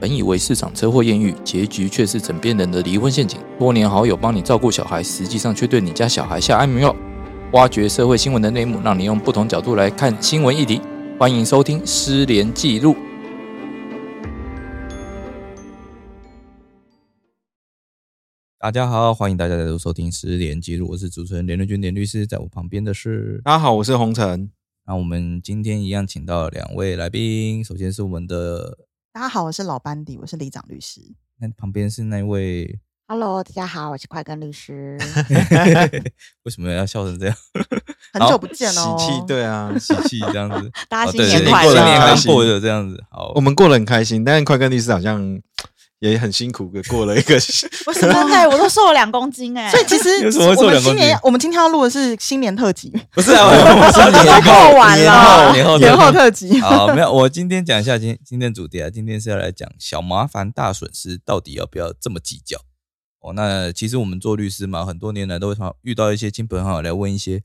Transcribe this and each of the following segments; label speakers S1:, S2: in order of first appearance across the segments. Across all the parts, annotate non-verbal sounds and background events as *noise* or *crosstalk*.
S1: 本以为市场车祸艳遇，结局却是枕边人的离婚陷阱。多年好友帮你照顾小孩，实际上却对你家小孩下安眠药。挖掘社会新闻的内幕，让你用不同角度来看新闻议题。欢迎收听《失联记录》。大家好，欢迎大家再度收听《失联记录》，我是主持人连瑞君连律师，在我旁边的是
S2: 大家好，我是洪晨。
S1: 那我们今天一样请到两位来宾，首先是我们的，
S3: 大家好，我是老班底，我是李长律师。
S1: 那旁边是那 *laughs* 位，
S4: Hello，大家好，我是快根
S1: *laughs*
S4: 律师。
S1: 为什么要笑成这样？
S3: *laughs* 很
S1: 好
S3: 久不见
S2: 喜
S3: 哦，
S2: 气， *laughs* 对啊，
S1: 喜气这样子，
S4: *laughs* 大
S1: 哦
S4: 家
S1: 对
S4: 新
S1: 对对
S4: 年快
S1: 过
S2: 过得
S4: 乐！啊
S1: 了年
S2: 开
S1: 刚
S2: 心
S1: 过的这样子，好，
S2: 我们过得很开心，但是快跟律师好像也很辛苦的过了一个 *laughs*
S4: 不是真的，我都瘦了两公斤哎、
S3: *laughs* 所以其实
S1: 有什么会
S3: 我
S1: 做两公
S3: 们新年
S1: 斤，
S3: 我们今天要录的是新年特辑，
S1: 不是啊，我们是
S3: *laughs*
S4: *laughs*
S1: 年后
S4: 过完了，
S1: 年后
S3: 年后特辑。
S1: *laughs* 好，没有，我今天讲一下今今天主题啊，今天是要来讲小麻烦大损失到底要不要这么计较哦。那其实我们做律师嘛，很多年来都会常遇到一些亲朋好友来问一些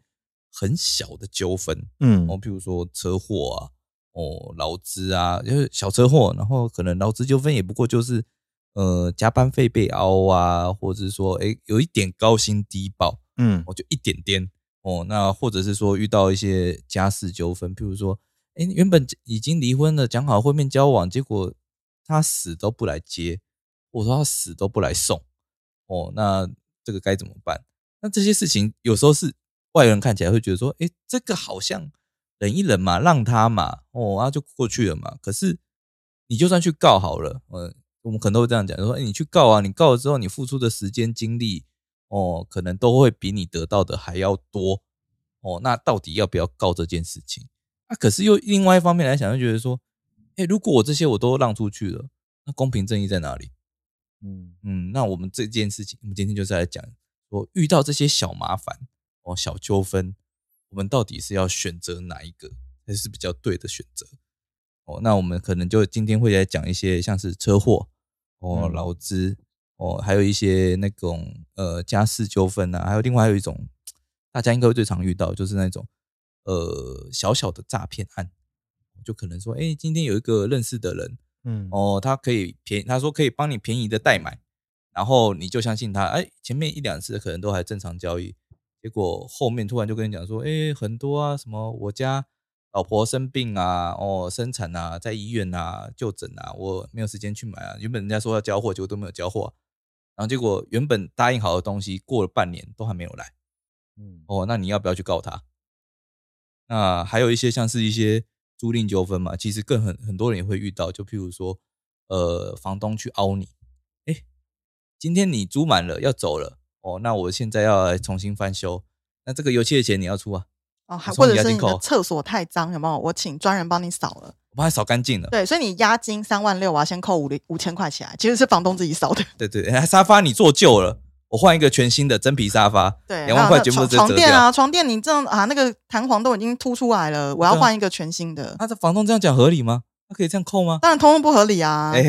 S1: 很小的纠纷，
S2: 嗯
S1: 哦，譬如说车祸啊，哦，劳资啊，就是小车祸，然后可能劳资纠纷也不过就是呃加班费被凹啊，或者是说诶有一点高薪低报，
S2: 嗯
S1: 哦，就一点点哦，那或者是说遇到一些家事纠纷，譬如说诶原本已经离婚了，讲好会面交往，结果他死都不来接，或者说他死都不来送，哦，那这个该怎么办？那这些事情有时候是外人看起来会觉得说，诶，这个好像忍一忍嘛，让他嘛，哦，然后就过去了嘛。可是你就算去告好了，嗯，我们可能都会这样讲，说，诶，你去告啊，你告了之后，你付出的时间精力，哦，可能都会比你得到的还要多，哦，那到底要不要告这件事情？啊，可是又另外一方面来想，就觉得说，诶，如果我这些我都让出去了，那公平正义在哪里？
S2: 嗯
S1: 嗯，那我们这件事情，我们今天就是来讲，我遇到这些小麻烦哦、小纠纷，我们到底是要选择哪一个才是比较对的选择？哦，那我们可能就今天会来讲一些像是车祸哦、
S2: 嗯
S1: 劳资哦，还有一些那种呃家事纠纷啊，还有另外还有一种大家应该会最常遇到，就是那种呃小小的诈骗案，就可能说，哎、今天有一个认识的人，
S2: 嗯
S1: 哦，他可以便宜，他说可以帮你便宜的代买，然后你就相信他。哎，前面一两次可能都还正常交易，结果后面突然就跟你讲说，哎，很多啊，什么我家老婆生病啊，哦，生产啊，在医院啊就诊啊，我没有时间去买啊。原本人家说要交货，结果都没有交货啊、然后结果原本答应好的东西，过了半年都还没有来。
S2: 嗯
S1: 哦，那你要不要去告他？那还有一些像是一些租赁纠纷嘛，其实更很很多人也会遇到，就譬如说，呃，房东去凹你，哎，今天你租满了要走了，哦，那我现在要来重新翻修，那这个油漆的钱你要出啊，
S3: 哦，还
S1: 我
S3: 或
S1: 从
S3: 者
S1: 你押
S3: 是
S1: 金
S3: 你的
S1: 扣
S3: 厕所太脏，有没有？我请专人帮你扫了。
S1: 我帮你扫干净了。
S3: 对，所以你押金三万六，我要先扣五零五千块起来，其实是房东自己扫的。
S1: 对对对，哎沙发你做旧了，我换一个全新的真皮沙发，
S3: 对，
S1: 两万
S3: 还
S1: 块
S3: 有那
S1: 全部
S3: 床
S1: 都折
S3: 床垫
S1: 掉
S3: 啊，床垫你这样啊，那个弹簧都已经凸出来了，我要
S1: 对啊
S3: 换一个全新的。
S1: 那、这房东这样讲合理吗？他可以这样扣吗？
S3: 当然，通通不合理啊。 *laughs*
S1: 哎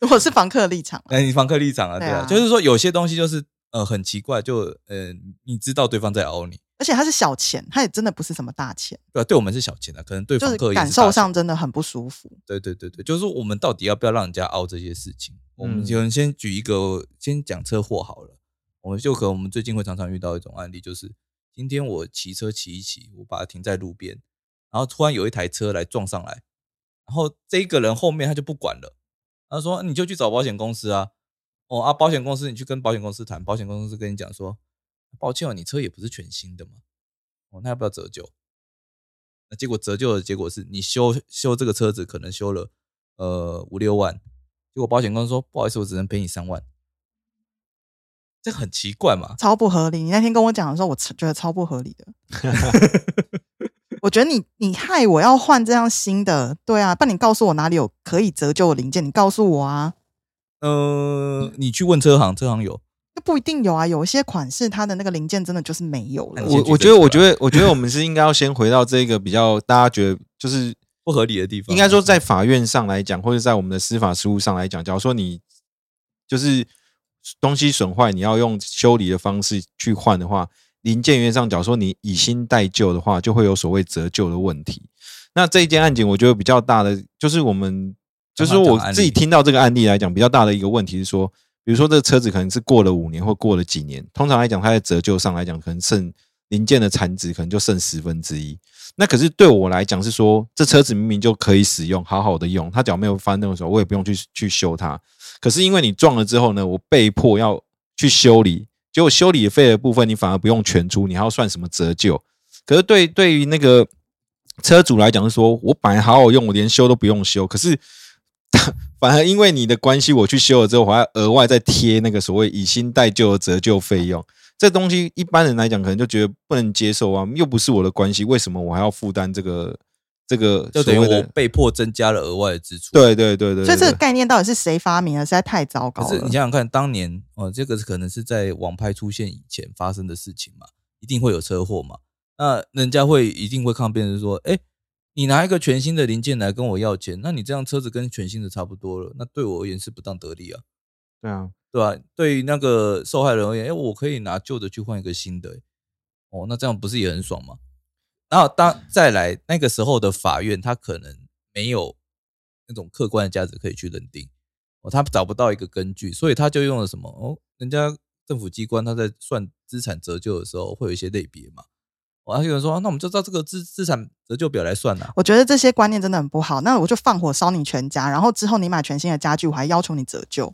S3: 如果是房客的立场啊，
S1: 那你房客立场啊，对
S3: 对
S1: 啊，
S3: 啊
S1: 就是说有些东西就是呃很奇怪，就呃你知道对方在凹你，
S3: 而且他是小钱，他也真的不是什么大钱，
S1: 对、啊，对我们是小钱啊，可能对
S3: 就
S1: 房
S3: 是
S1: 客也
S3: 感
S1: 是大
S3: 受
S1: 钱，
S3: 上真的很不舒服。
S1: 对对对对，就是说我们到底要不要让人家凹这些事情？我们
S2: 嗯
S1: 就先举一个，先讲车祸好了。我们就可能我们最近会常常遇到一种案例，就是今天我骑车骑一骑，我把它停在路边，然后突然有一台车来撞上来，然后这个人后面他就不管了，他说你就去找保险公司啊，哦啊，保险公司你去跟保险公司谈，保险公司跟你讲说，抱歉哦，你车也不是全新的嘛，哦，那要不要折旧？那结果折旧的结果是你修修这个车子可能修了呃五六万，结果保险公司说不好意思，我只能赔你三万，这很奇怪嘛？
S3: 超不合理。你那天跟我讲的时候，我超觉得超不合
S1: *laughs*
S3: 理的。我觉得你你害我要换这样新的，对啊，不然你告诉我哪里有可以折旧的零件，你告诉我啊。
S1: 呃，你去问车行，车行有，
S3: 那不一定有啊，有一些款式它的那个零件真的就是没有了
S1: 那。你先
S2: 我
S1: 举
S2: 我
S1: 这
S2: 觉得，
S1: 个
S2: 我
S1: 吧
S2: 觉得，我觉得我们是应该要先回到这个比较大家觉得就是
S1: 不合理的地方
S2: 应该说在法院上来讲，或者在我们的司法实务上来讲，假如说你就是东西损坏，你要用修理的方式去换的话，零件原上假如说你以新代旧的话，就会有所谓折旧的问题。那这一件案件，我觉得比较大的就是我们就是
S5: 刚好
S2: 我
S5: 讲案
S2: 自己
S5: 例
S2: 听到这个案例来讲，比较大的一个问题是说，比如说这个车子可能是过了五年或过了几年，通常来讲，它在折旧上来讲，可能剩零件的残值可能就剩十分之一。那可是对我来讲是说，这车子明明就可以使用，好好的用，它只要没有发生那种时候，我也不用去去修它。可是因为你撞了之后呢，我被迫要去修理，结果修理费的部分你反而不用全出，你还要算什么折旧？可是对对于那个车主来讲，是说我本来好好用，我连修都不用修，可是 *laughs* 反而因为你的关系，我去修了之后，我还要额外再贴那个所谓以新代旧的折旧费用。这东西一般人来讲，可能就觉得不能接受啊，又不是我的关系，为什么我还要负担这个这个
S5: 就等于
S2: 所谓的
S5: 我被迫增加了额外的支出。
S2: 对对对对，
S3: 所以这
S2: 对
S3: 个概念到底是谁发明的？实在太糟糕
S5: 可
S3: 了。
S5: 是你想想看，当年哦，这个可能是在网拍出现以前发生的事情嘛，一定会有车祸嘛。那人家会一定会抗辩是说，哎、你拿一个全新的零件来跟我要钱，那你这样车子跟全新的差不多了，那对我而言是不当得利啊，
S2: 对啊， *laughs*
S5: 对吧、对于那个受害人而言，哎、我可以拿旧的去换一个新的、诶哦，那这样不是也很爽吗？然后当再来那个时候的法院，他可能没有那种客观的价值可以去认定，哦，他找不到一个根据，所以他就用了什么？哦，人家政府机关他在算资产折旧的时候会有一些类别嘛，哦，他有人说、啊那我们就照这个资资产折旧表来算啊啦、
S3: 我觉得这些观念真的很不好。那我就放火烧你全家，然后之后你买全新的家具，我还要求你折旧。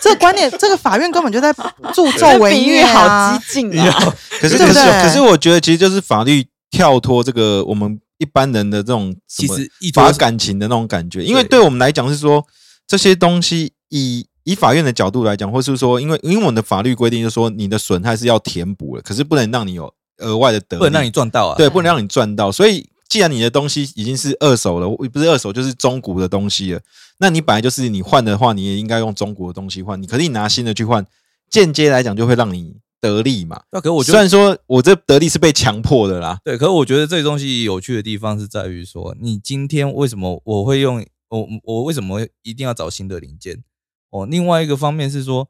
S3: 这个观念，这个法院根本就在助纣为
S4: 比
S3: 虐
S4: 喻好
S3: 啊！
S4: 激进啊！
S2: 可是可
S3: 对不
S2: 是
S3: 对
S2: 可是我觉得其实就是法律跳脱这个我们一般人的这种什
S5: 其
S2: 么
S5: 实一
S2: 法
S5: 拖
S2: 感情的那种感觉，因为
S5: 对
S2: 对我们来讲是说这些东西以以法院的角度来讲，或是说因为因为我们的法律规定就是说你的损害是要填补的，可是不能让你有额外的得利，
S5: 不能让你撞到啊，
S2: 对，不能让你赚到。所以，既然你的东西已经是二手了，不是二手就是中古的东西了，那你本来就是你换的话，你也应该用中古的东西换。你可是你拿新的去换，间接来讲就会让你得利嘛。
S5: 啊那可是我觉
S2: 虽
S5: 得
S2: 然说我这得利是被强迫的啦，
S5: 对，可是我觉得这东西有趣的地方是在于说，你今天为什么我会用我我为什么一定要找新的零件？哦，另外一个方面是说，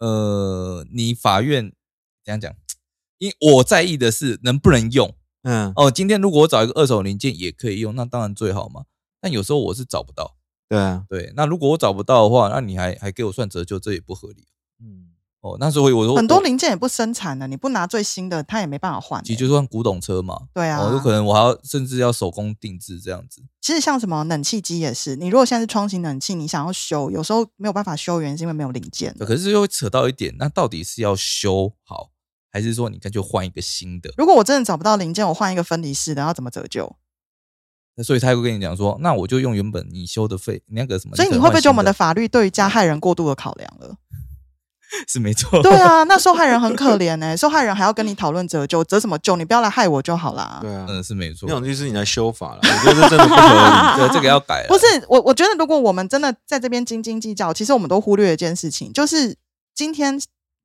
S5: 呃，你法院怎样讲？因我在意的是能不能用
S2: 嗯，
S5: 哦。今天如果我找一个二手零件也可以用，那当然最好嘛。但有时候我是找不到，
S2: 对啊，
S5: 对。那如果我找不到的话，那你还还给我算折旧，这也不合理
S2: 嗯，
S5: 哦。那所以我说，
S3: 很多
S5: 我
S3: 零件也不生产了，你不拿最新的，它也没办法换欸、
S5: 其实就算古董车嘛，
S3: 对啊，
S5: 哦，有可能我还要甚至要手工定制这样子。
S3: 其实像什么冷气机也是，你如果现在是窗型冷气，你想要修，有时候没有办法修，原因是因为没有零件。
S5: 对，可是又会扯到一点，那到底是要修好，还是说你干脆换一个新的？
S3: 如果我真的找不到零件，我换一个分离式的，要怎么折旧？
S5: 哦那所以他会跟你讲说，那我就用原本你修的费，那个什么。
S3: 所以你
S5: 可能
S3: 会不会
S5: 换
S3: 觉得我们的
S5: 新
S3: 法律对于加害人过度的考量
S5: *laughs*
S3: 了？
S5: 的是没错？
S3: 对啊，那受害人很可怜哎、受害人还要跟你讨论折旧，折什么旧？你不要来害我就好啦。
S2: 对啊，
S5: 嗯，是没错
S2: 那。种就是你来修法了，我觉得这真的不合理。
S5: *laughs* 对，这个要改了。
S3: 不是我，我觉得如果我们真的在这边斤斤计较，其实我们都忽略一件事情，就是今天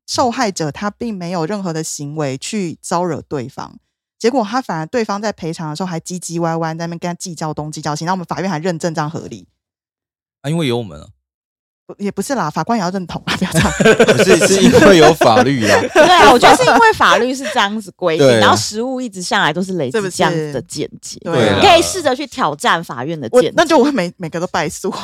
S3: 受害者他并没有任何的行为去招惹对方，结果他反而对方在赔偿的时候还唧唧歪歪在那边跟他计较东计较西，那我们法院还认证这样合理。
S5: 啊，因为有我们啊，
S3: 不也不是啦，法官也要认同啊，不要这样。
S2: 可是是因为有法律
S5: *laughs*
S2: 啦，
S4: *laughs* 对啊，我觉得是因为法律是这样子规定
S2: 对，啊
S4: 然后实务一直下来都是累积
S3: 是不是
S4: 这样子的见解。
S3: 对
S5: 啊
S4: 你可以试着去挑战法院的
S3: 我
S4: 见解。
S3: 那就我会每每个都败诉。啊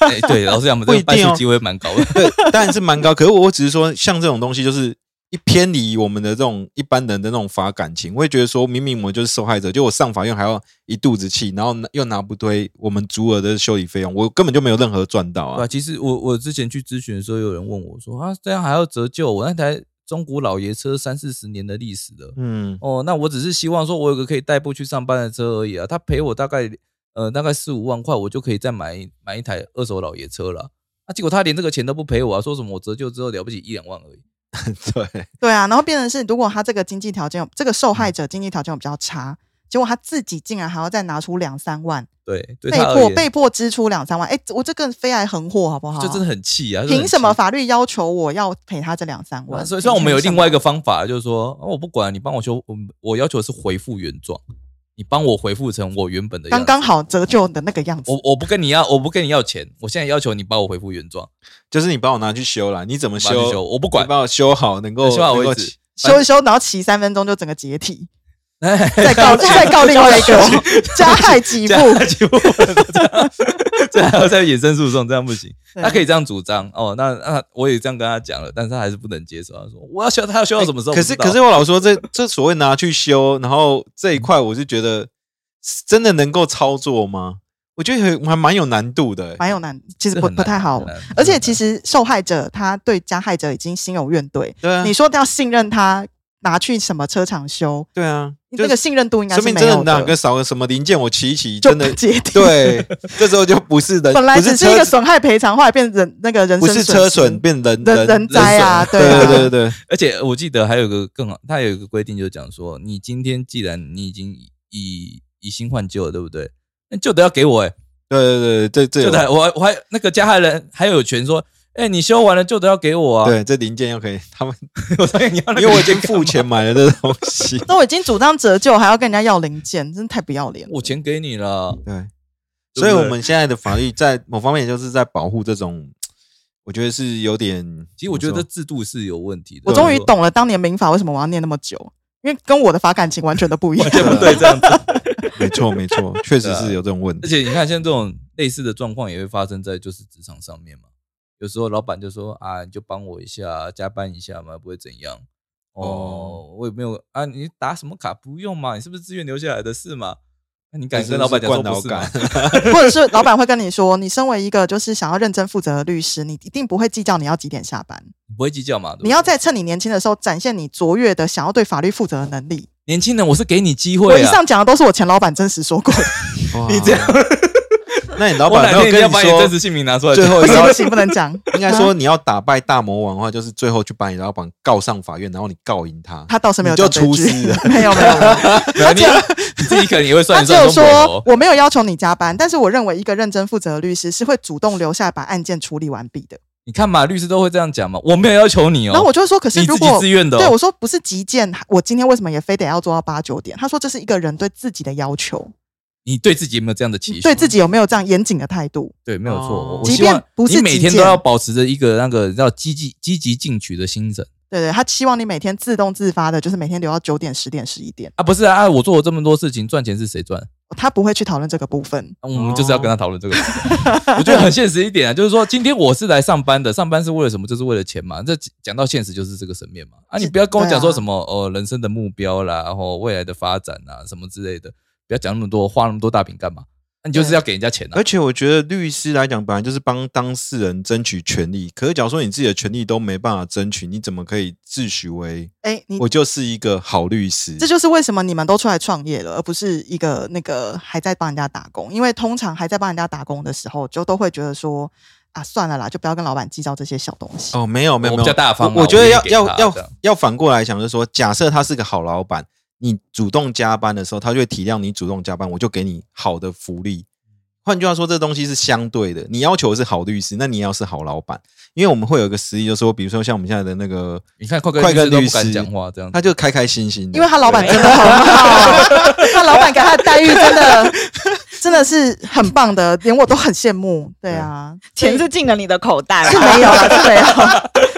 S5: 哎，对，老实讲，我们这
S2: 不一
S5: 个败
S2: 定
S5: 诉
S2: 哦
S5: 机会蛮
S3: *laughs*
S5: 高的。
S2: 对，当然是蛮高。可是我我只是说，像这种东西，就是一偏离我们的这种一般人的那种法感情，我会觉得说，明明我就是受害者，就我上法院还要一肚子气，然后拿又拿不推我们足额的修理费用，我根本就没有任何赚到
S5: 对啊，
S2: 啊。
S5: 其实我我之前去咨询的时候，有人问我说啊，这样还要折旧？我那台中古老爷车三四十年的历史了。
S2: 嗯，
S5: 哦，那我只是希望说，我有个可以代步去上班的车而已啊。他赔我大概呃大概四五万块，我就可以再买一买一台二手老爷车了。那、结果他连这个钱都不赔我啊，说什么我折旧之后了不起一两万而已。
S2: *laughs* 对，
S3: 对啊，然后变成是，如果他这个经济条件有，这个受害者经济条件有比较差，结果他自己竟然还要再拿出两三万，
S5: 对，对
S3: 被
S5: 他而
S3: 迫
S5: 言，
S3: 被迫支出两三万，哎、我这更飞来横祸，好不好？
S5: 就真的很气啊！真的很
S3: 凭什么
S5: 气
S3: 法律要求我要赔他这两三
S5: 啊
S3: 万？
S5: 所以，虽然我们有另外一个
S3: 凭
S5: 方法，就是说，啊我不管你帮我修，我嗯我要求是回复原状，你帮我回复成我原本的
S3: 什么
S5: 样
S3: 刚
S5: 子
S3: 刚。好折旧的那个样子
S5: 我，我不跟你要，我不跟你要钱，我现在要求你帮我回复原状，
S2: 就是你帮我拿去修啦，你怎么
S5: 我帮你修，*laughs*
S2: 修？
S5: 我不管
S2: 你，帮我修好，能够
S5: 修好为
S2: 能够
S5: 止
S2: 起
S5: *laughs*
S3: 修一修，然后骑三分钟就整个解体。再告再告另外一个加害几步
S5: *laughs* 加，几步，这还要在野生诉讼，这样不行。
S3: 对
S5: 他可以这样主张哦，那那我也这样跟他讲了，但是他还是不能接受。他说我要修，他要修到什么时候？
S2: 哎可是
S5: 我不知
S2: 可
S5: 道
S2: 是我老实说，这这所谓拿去修，然后这一块我是觉得真的能够操作吗？我觉得很还蛮有难度的、欸
S3: 蛮有难，其实
S5: 这
S3: 不
S5: 很
S3: 不太
S5: 难
S3: 好
S5: 很。难
S3: 而且
S5: 这
S3: 其实受害者他对加害者已经心有怨怼，
S2: 对啊
S5: 嗯
S3: 你，说要信任他拿去什么车厂修，
S2: 对啊，就
S3: 那个信任度应该
S2: 说
S3: 是
S2: 明
S3: 没
S2: 真
S3: 有
S2: 的哪个
S3: 的，
S2: 少个什么零件，我骑一骑，
S3: 就
S2: 真
S3: 不
S2: 的
S3: 接地。 *laughs*
S2: 对，这时候就不是人，
S3: 本来
S2: 不
S3: 只
S2: 是
S3: 是一
S2: 车
S3: 个损害赔偿，后来变人那个人
S2: 呃不
S3: 身
S2: 是
S3: 失
S2: 车损，变人
S3: 人人灾啊，
S5: 人
S2: 对
S3: 啊，，
S2: 对对对，
S5: 难而且我记得还有一个更好，他有一个规定，就是讲说，你今天既然你已经以以以新换旧了，对不对？那旧的要给我哎、
S2: 对对对，这这
S5: 旧
S2: 有
S5: 的还我还我还那个加害人还有权说，哎、你修完了旧的要给我啊。，
S2: 对这零件又可以，他们
S5: *laughs* 我说你要那个
S2: 因为我已经付钱买了这东西
S3: 都已经主张折旧，还要跟人家要零件，真的太不要脸了。
S5: 我钱给你了，
S2: 对，
S5: 对不
S2: 所以
S5: 对
S2: 我们现在的法律在某方面就是在保护这种，我觉得是有点，
S5: 其实我觉
S2: 怎
S5: 得
S2: 么
S5: 这制度是有问题的。
S3: 我终于懂了当年民法为什么我要念那么久，因为跟我的法感情完全都不一样
S2: *laughs*
S5: 完。全不对这啊样子。
S2: 说，没错没错，确实是有这种问
S5: *laughs* 而
S2: 题，
S5: 且你看，像这种类似的状况也会发生在就是职场上面嘛。有时候老板就说啊，你就帮我一下，加班一下嘛，不会怎样。哦
S2: 哦，
S5: 我也没有啊，你打什么卡不用嘛？你是不是自愿留下来的是嘛？那你敢
S2: 这
S5: 跟
S2: 是
S5: 老板讲说不
S2: 惯老
S5: 是吗？
S3: 或者是老板会跟你说，你身为一个就是想要认真负责的律师，你一定不会计较你要几点下班，
S5: 不会计较嘛？对不对
S3: 你要在趁你年轻的时候展现你卓越的想要对法律负责的能力。
S5: 年轻人，我是给你机
S3: 我
S5: 会
S3: 以
S5: 啊！
S3: 上讲的都是我前老板真实说过的，
S2: 你这
S5: *laughs*
S2: 样，那你老
S5: 我
S2: 板
S5: 哪天
S2: 没有
S5: 一定
S2: 跟
S5: 要
S2: 你
S5: 把你真实
S2: 说，
S5: 姓名拿出来
S2: 最
S5: 讲。
S2: 后
S3: 不
S2: 你
S3: 行 *laughs*
S2: 要
S3: 不行，不能讲。
S2: 应该说你要打败大魔王的话，就是最后去把你老板告上法院，然后你告赢他，
S3: 他倒是没有
S2: 你就
S3: 讲这
S2: 出
S3: 一句，
S2: 师了
S3: *laughs* 没有没有没有，
S5: 对啊你你自己可能也会算
S3: 他
S5: 一
S3: 只
S5: 算
S3: 有说
S5: 说，
S3: 我没有要求你加班，但是我认为一个认真负责的律师是会主动留下来把案件处理完毕的。
S5: 你看嘛，律师都会这样讲嘛，我没有要求你哦。
S3: 然后我就会说，可是
S5: 你
S3: 如
S5: 自己
S3: 果
S5: 自愿的哦
S3: 对我说不是急件，我今天为什么也非得要做到八九点？他说这是一个人对自己的要求，
S5: 你对自己有没有这样的期许？
S3: 对自己有没有这样严谨的态度？
S5: 对，没有错。我
S2: 哦
S5: 我
S3: 即
S5: 希望
S3: 便不是
S5: 你每
S3: 极
S5: 天都
S3: 简
S5: 要保持着一个那个叫积极积极进取的精神
S3: 对对，他希望你每天自动自发的，就是每天留到九点、十点、十一点。
S5: 啊！不是啊，啊我做了这么多事情，赚钱是谁赚？啊
S3: 他不会去讨论这个部分，
S5: 我们嗯就是要跟他讨论这个。 *laughs* 我觉得很现实一点啊，就是说今天我是来上班的，上班是为了什么？就是为了钱嘛。这讲到现实就是这个层面嘛。啊，你不要跟我讲说什么哦、呃人生的目标啦，然后未来的发展啊什么之类的，不要讲那么多，画那么多大饼干嘛？那你就是
S3: 对
S5: 要给人家钱啊
S2: 而。且我觉得律师来讲，本来就是帮当事人争取权利。可是，假如说你自己的权利都没办法争取，你怎么可以自诩为
S3: 哎，你
S2: 我就是一个好律师？
S3: 这就是为什么你们都出来创业了，而不是一个那个还在帮人家打工。因为通常还在帮人家打工的时候，就都会觉得说啊，算了啦，就不要跟老板计较这些小东西。
S2: 哦，没有没有
S5: 我
S2: 没
S5: 比较
S2: 有，
S5: 大方啊
S2: 我我觉得要
S5: 我愿意给他
S2: 要要
S5: 这样
S2: 要反过来想，就是说，假设他是个好老板，你主动加班的时候，他就会体谅你主动加班，我就给你好的福利。换句话说，这东西是相对的。你要求的是好律师，那你也要是好老板，因为我们会有一个实例，就是说，比如说像我们现在的那个，
S5: 你看快
S2: 快
S5: 哥律
S2: 哥
S5: 师都
S2: 律
S5: 不敢
S2: 师
S5: 讲话，这样
S2: 他就开开心心的，
S3: 因为他老板真的很好，他老板给他的待遇真的真的是很棒的，连我都很羡慕。对啊，
S4: 钱是进了你的口袋
S3: 是
S4: 吗？
S3: 没有 *laughs* 啦，是没有。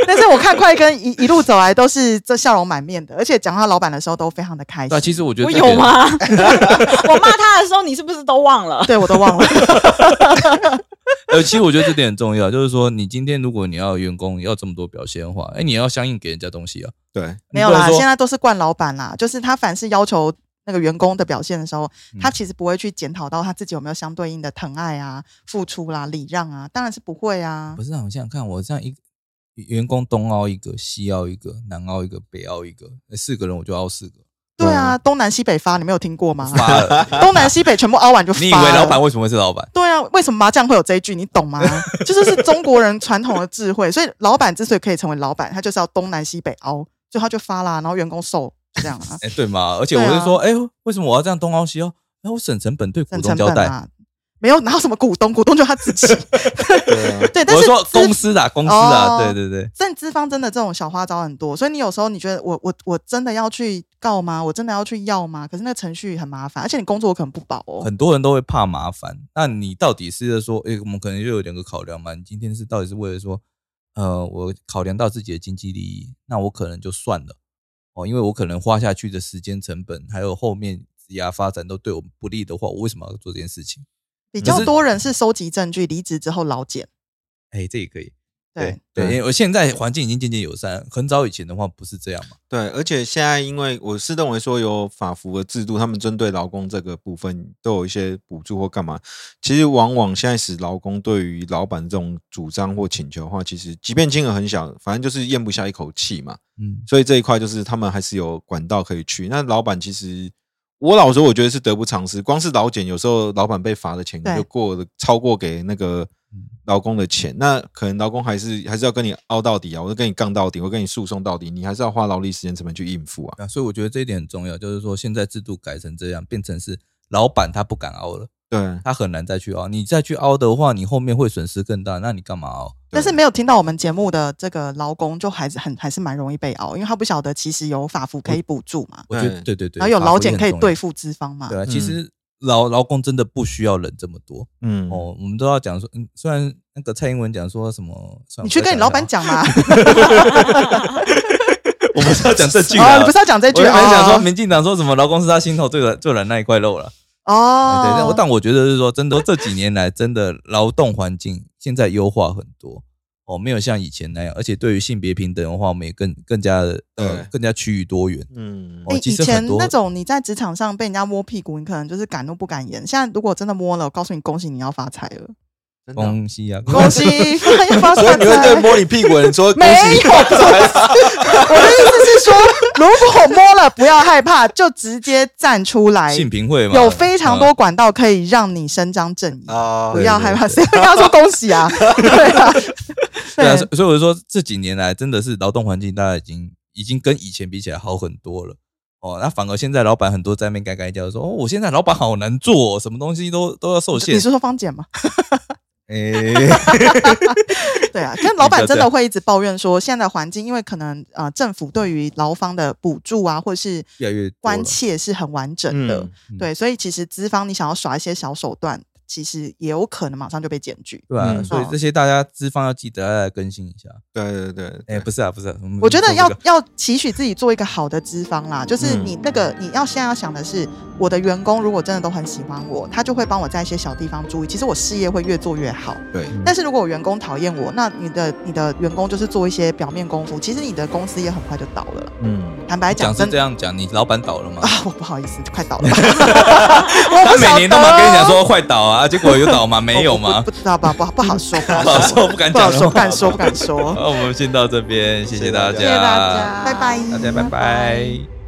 S3: 但是我看快跟一一路走来都是这笑容满面的，而且讲他老板的时候都非常的开
S5: 对啊，
S3: 心。
S5: 其实我觉得
S4: 我
S5: 这
S3: *laughs*
S5: 点
S4: 有吗？ *laughs* 我骂他的时候，你是不是都忘了？
S3: 对我都忘了，
S5: 呃，其实我觉得这点很重要，就是 *laughs* 说你今天如果你要员工要这么多表现的话，哎，你要相应给人家东西啊。
S2: 对
S3: 没有
S5: 你
S3: 啦。
S5: 不能说
S3: 现在都是惯老板啦，就是他凡是要求那个员工的表现的时候，
S5: 嗯
S3: 他其实不会去检讨到他自己有没有相对应的疼爱啊、付出啦、礼让啊，当然是不会啊
S5: 不。是啊，我想想看，我这样一员工东凹一个，西凹一个，南凹一个，北凹一个，诶四个人我就凹四个，
S3: 对啊，东南西北发，你没有听过吗？
S5: 发了。
S3: *laughs* 东南西北全部凹完就发了。
S5: 你以为老板为什么会是老板？，
S3: 对啊，为什么麻将会有这一句？你懂吗？ *laughs* 就是是中国人传统的智慧，所以老板之所以可以成为老板，他就是要东南西北凹，所以他就发啦，然后员工瘦，就这样啊
S5: 哎，对嘛？而且我
S3: 对
S5: 是
S3: 啊
S5: 说，哎，为什么我要这样东凹西凹？哎，我省成本对股
S3: 省
S5: 东
S3: 成
S5: 交
S3: 本
S5: 代。
S3: 啊，没有哪有什么股东，股东就他
S5: *laughs*
S3: 自己。
S2: 对啊。
S3: 对，但
S5: 我是
S3: 是
S5: 说
S3: 资
S5: 公司啦，公司啦，
S3: 哦
S5: 对对对，
S3: 但资方真的这种小花招很多，所以你有时候你觉得我我我真的要去告吗？我真的要去要吗？可是那个程序很麻烦，而且你工作可能不保哦。
S5: 很多人都会怕麻烦。那你到底是说，哎，我们可能就有两个考量嘛？你今天是到底是为了说，呃，我考量到自己的经济利益，那我可能就算了。哦，因为我可能花下去的时间成本，还有后面职涯发展都对我不利的话，我为什么要做这件事情？
S3: 比
S2: 可
S3: 较
S5: 是
S3: 多人是收集证据，离职之后劳检。
S5: 哎，这也可以。
S3: 对，嗯
S5: 对，因
S2: 对
S5: 为我现在环境已经渐渐友善，很早以前的话不是这样嘛。
S2: 对，而且现在因为我是认为说有法服的制度，他们针对劳工这个部分都有一些补助或干嘛。其实往往现在使劳工对于老板这种主张或请求的话，其实即便金额很小，反正就是咽不下一口气嘛。
S5: 嗯，
S2: 所以这一块就是他们还是有管道可以去。那老板其实，我老实说，我觉得是得不偿失。光是劳检，有时候老板被罚的钱
S3: 对
S2: 就过了，超过给那个劳工的钱，那可能劳工还是还是要跟你凹到底啊，我就跟你杠到底，我跟你诉讼到底，你还是要花劳力时间成本去应付啊。
S5: 啊，所以我觉得这一点很重要，就是说现在制度改成这样，变成是老板他不敢熬了，
S2: 对，
S5: 他很难再去熬。你再去熬的话，你后面会损失更大，那你干嘛熬？
S3: 但是没有听到我们节目的这个劳工，就还是很还是蛮容易被熬，因为他不晓得其实有法服可以补助嘛，
S5: 我觉得对对对，
S3: 然后有
S5: 法规
S3: 劳检可以
S5: 很重要
S3: 对。付资方嘛
S5: 对。啊，
S2: 嗯
S5: 其实劳劳工真的不需要忍这么多
S2: 嗯，
S5: 哦。我们都要讲说，嗯，虽然那个蔡英文讲说什么，算了
S3: 你去跟你老板，
S5: *laughs*
S3: 讲嘛，
S5: 我再讲一下我不是要讲这句
S3: 哦，
S5: 啊，
S3: 你不是要讲这
S5: 我
S3: 句
S5: 原
S3: 啊？
S5: 本想说，
S3: 哦
S5: 民进党说什么劳工是他心头最软最软那一块肉了。
S3: 哦，
S5: 哎对，但我但我觉得是说，真的，这几年来真的劳动环境现在优化很多哦，没有像以前那样，而且对于性别平等的话，我们也更更加的呃
S2: 对
S5: 更加趋于多元。
S2: 嗯，
S5: 哦
S3: 欸
S5: 其
S3: 以
S5: 实
S3: 前
S5: 很多
S3: 那种你在职场上被人家摸屁股，你可能就是敢怒不敢言。现在如果真的摸了，我告诉你，恭喜你要发财
S5: *laughs*
S3: 了，
S2: 真的啊啊
S5: 恭喜啊！*laughs*
S3: 恭喜发发
S2: 所以
S3: 大
S2: 你会对
S3: 财！
S2: 摸你屁股的人说
S3: *laughs* 没有
S2: 恭喜发财
S3: 我的意思是说，如果摸了不要害怕，就直接站出
S5: *laughs*
S3: 来。
S5: 性平会嘛，啊嗯哦
S3: 有非常多管道可以让你伸张正义，
S2: 啊
S3: 哦不？要
S5: 对
S3: 害
S5: 对
S3: 怕。谁跟他说恭喜啊？ *laughs* 对啊，
S5: *laughs* 对啊，
S3: 对
S5: 所所以我就说这几年来真的是劳动环境，大家已经已经跟以前比起来好很多了。哦，那反而现在老板很多在那边改改叫说，哦，我现在老板好难做、哦，什么东西都都要受
S3: 你
S5: 限。
S3: 是说方姐吗？
S5: 哎，
S3: 对啊， *laughs* 但老板真的会一直抱怨说，现在的环境因为可能呃政府对于劳方的补助啊，或是
S5: 越来越多
S3: 关
S5: 了
S3: 切是很完整的。
S2: 嗯，
S5: 嗯
S3: 对，所以其实资方你想要耍一些小手段，其实也有可能马上就被检举。
S5: 对啊，
S2: 嗯
S5: 所以这些大家资方要记得要来更新一下。
S2: 对对对，
S5: 哎、不是啊，不是、啊，们
S3: 我觉得
S5: 做这
S3: 要
S5: 个
S3: 要期许自己做一个好的资方啦，就是
S2: 嗯
S3: 你那个你要现在要想的是，我的员工如果真的都很喜欢我，他就会帮我在一些小地方注意，其实我事业会越做越好。
S2: 对，
S3: 但是如果我员工讨厌我，那你的你的员工就是做一些表面功夫，其实你的公司也很快就倒了啦。
S2: 嗯，
S3: 坦白讲，
S5: 讲是
S3: 真的。
S5: 这样讲，你老板倒了吗
S3: *laughs* 啊？，我不好意思，快
S5: *laughs*
S3: 倒了吧。我
S5: 他
S3: 不晓
S5: 每年
S3: *laughs*
S5: 都嘛
S3: 得
S5: 跟你讲说快倒
S3: *laughs*
S5: 啊，结果有倒吗？没有
S3: 我
S5: 吗
S3: 不？不知道吧，不好不好说，不好
S5: 不好
S3: 说， *laughs*
S5: 说， *laughs* 不敢
S3: 不好
S5: 讲了
S3: 说，不敢说，不敢说。
S5: 好，我们先到这边，谢
S2: 谢谢
S5: 大
S2: 大
S5: 家，
S2: 家
S3: 谢谢大家，拜拜，
S5: 大家拜拜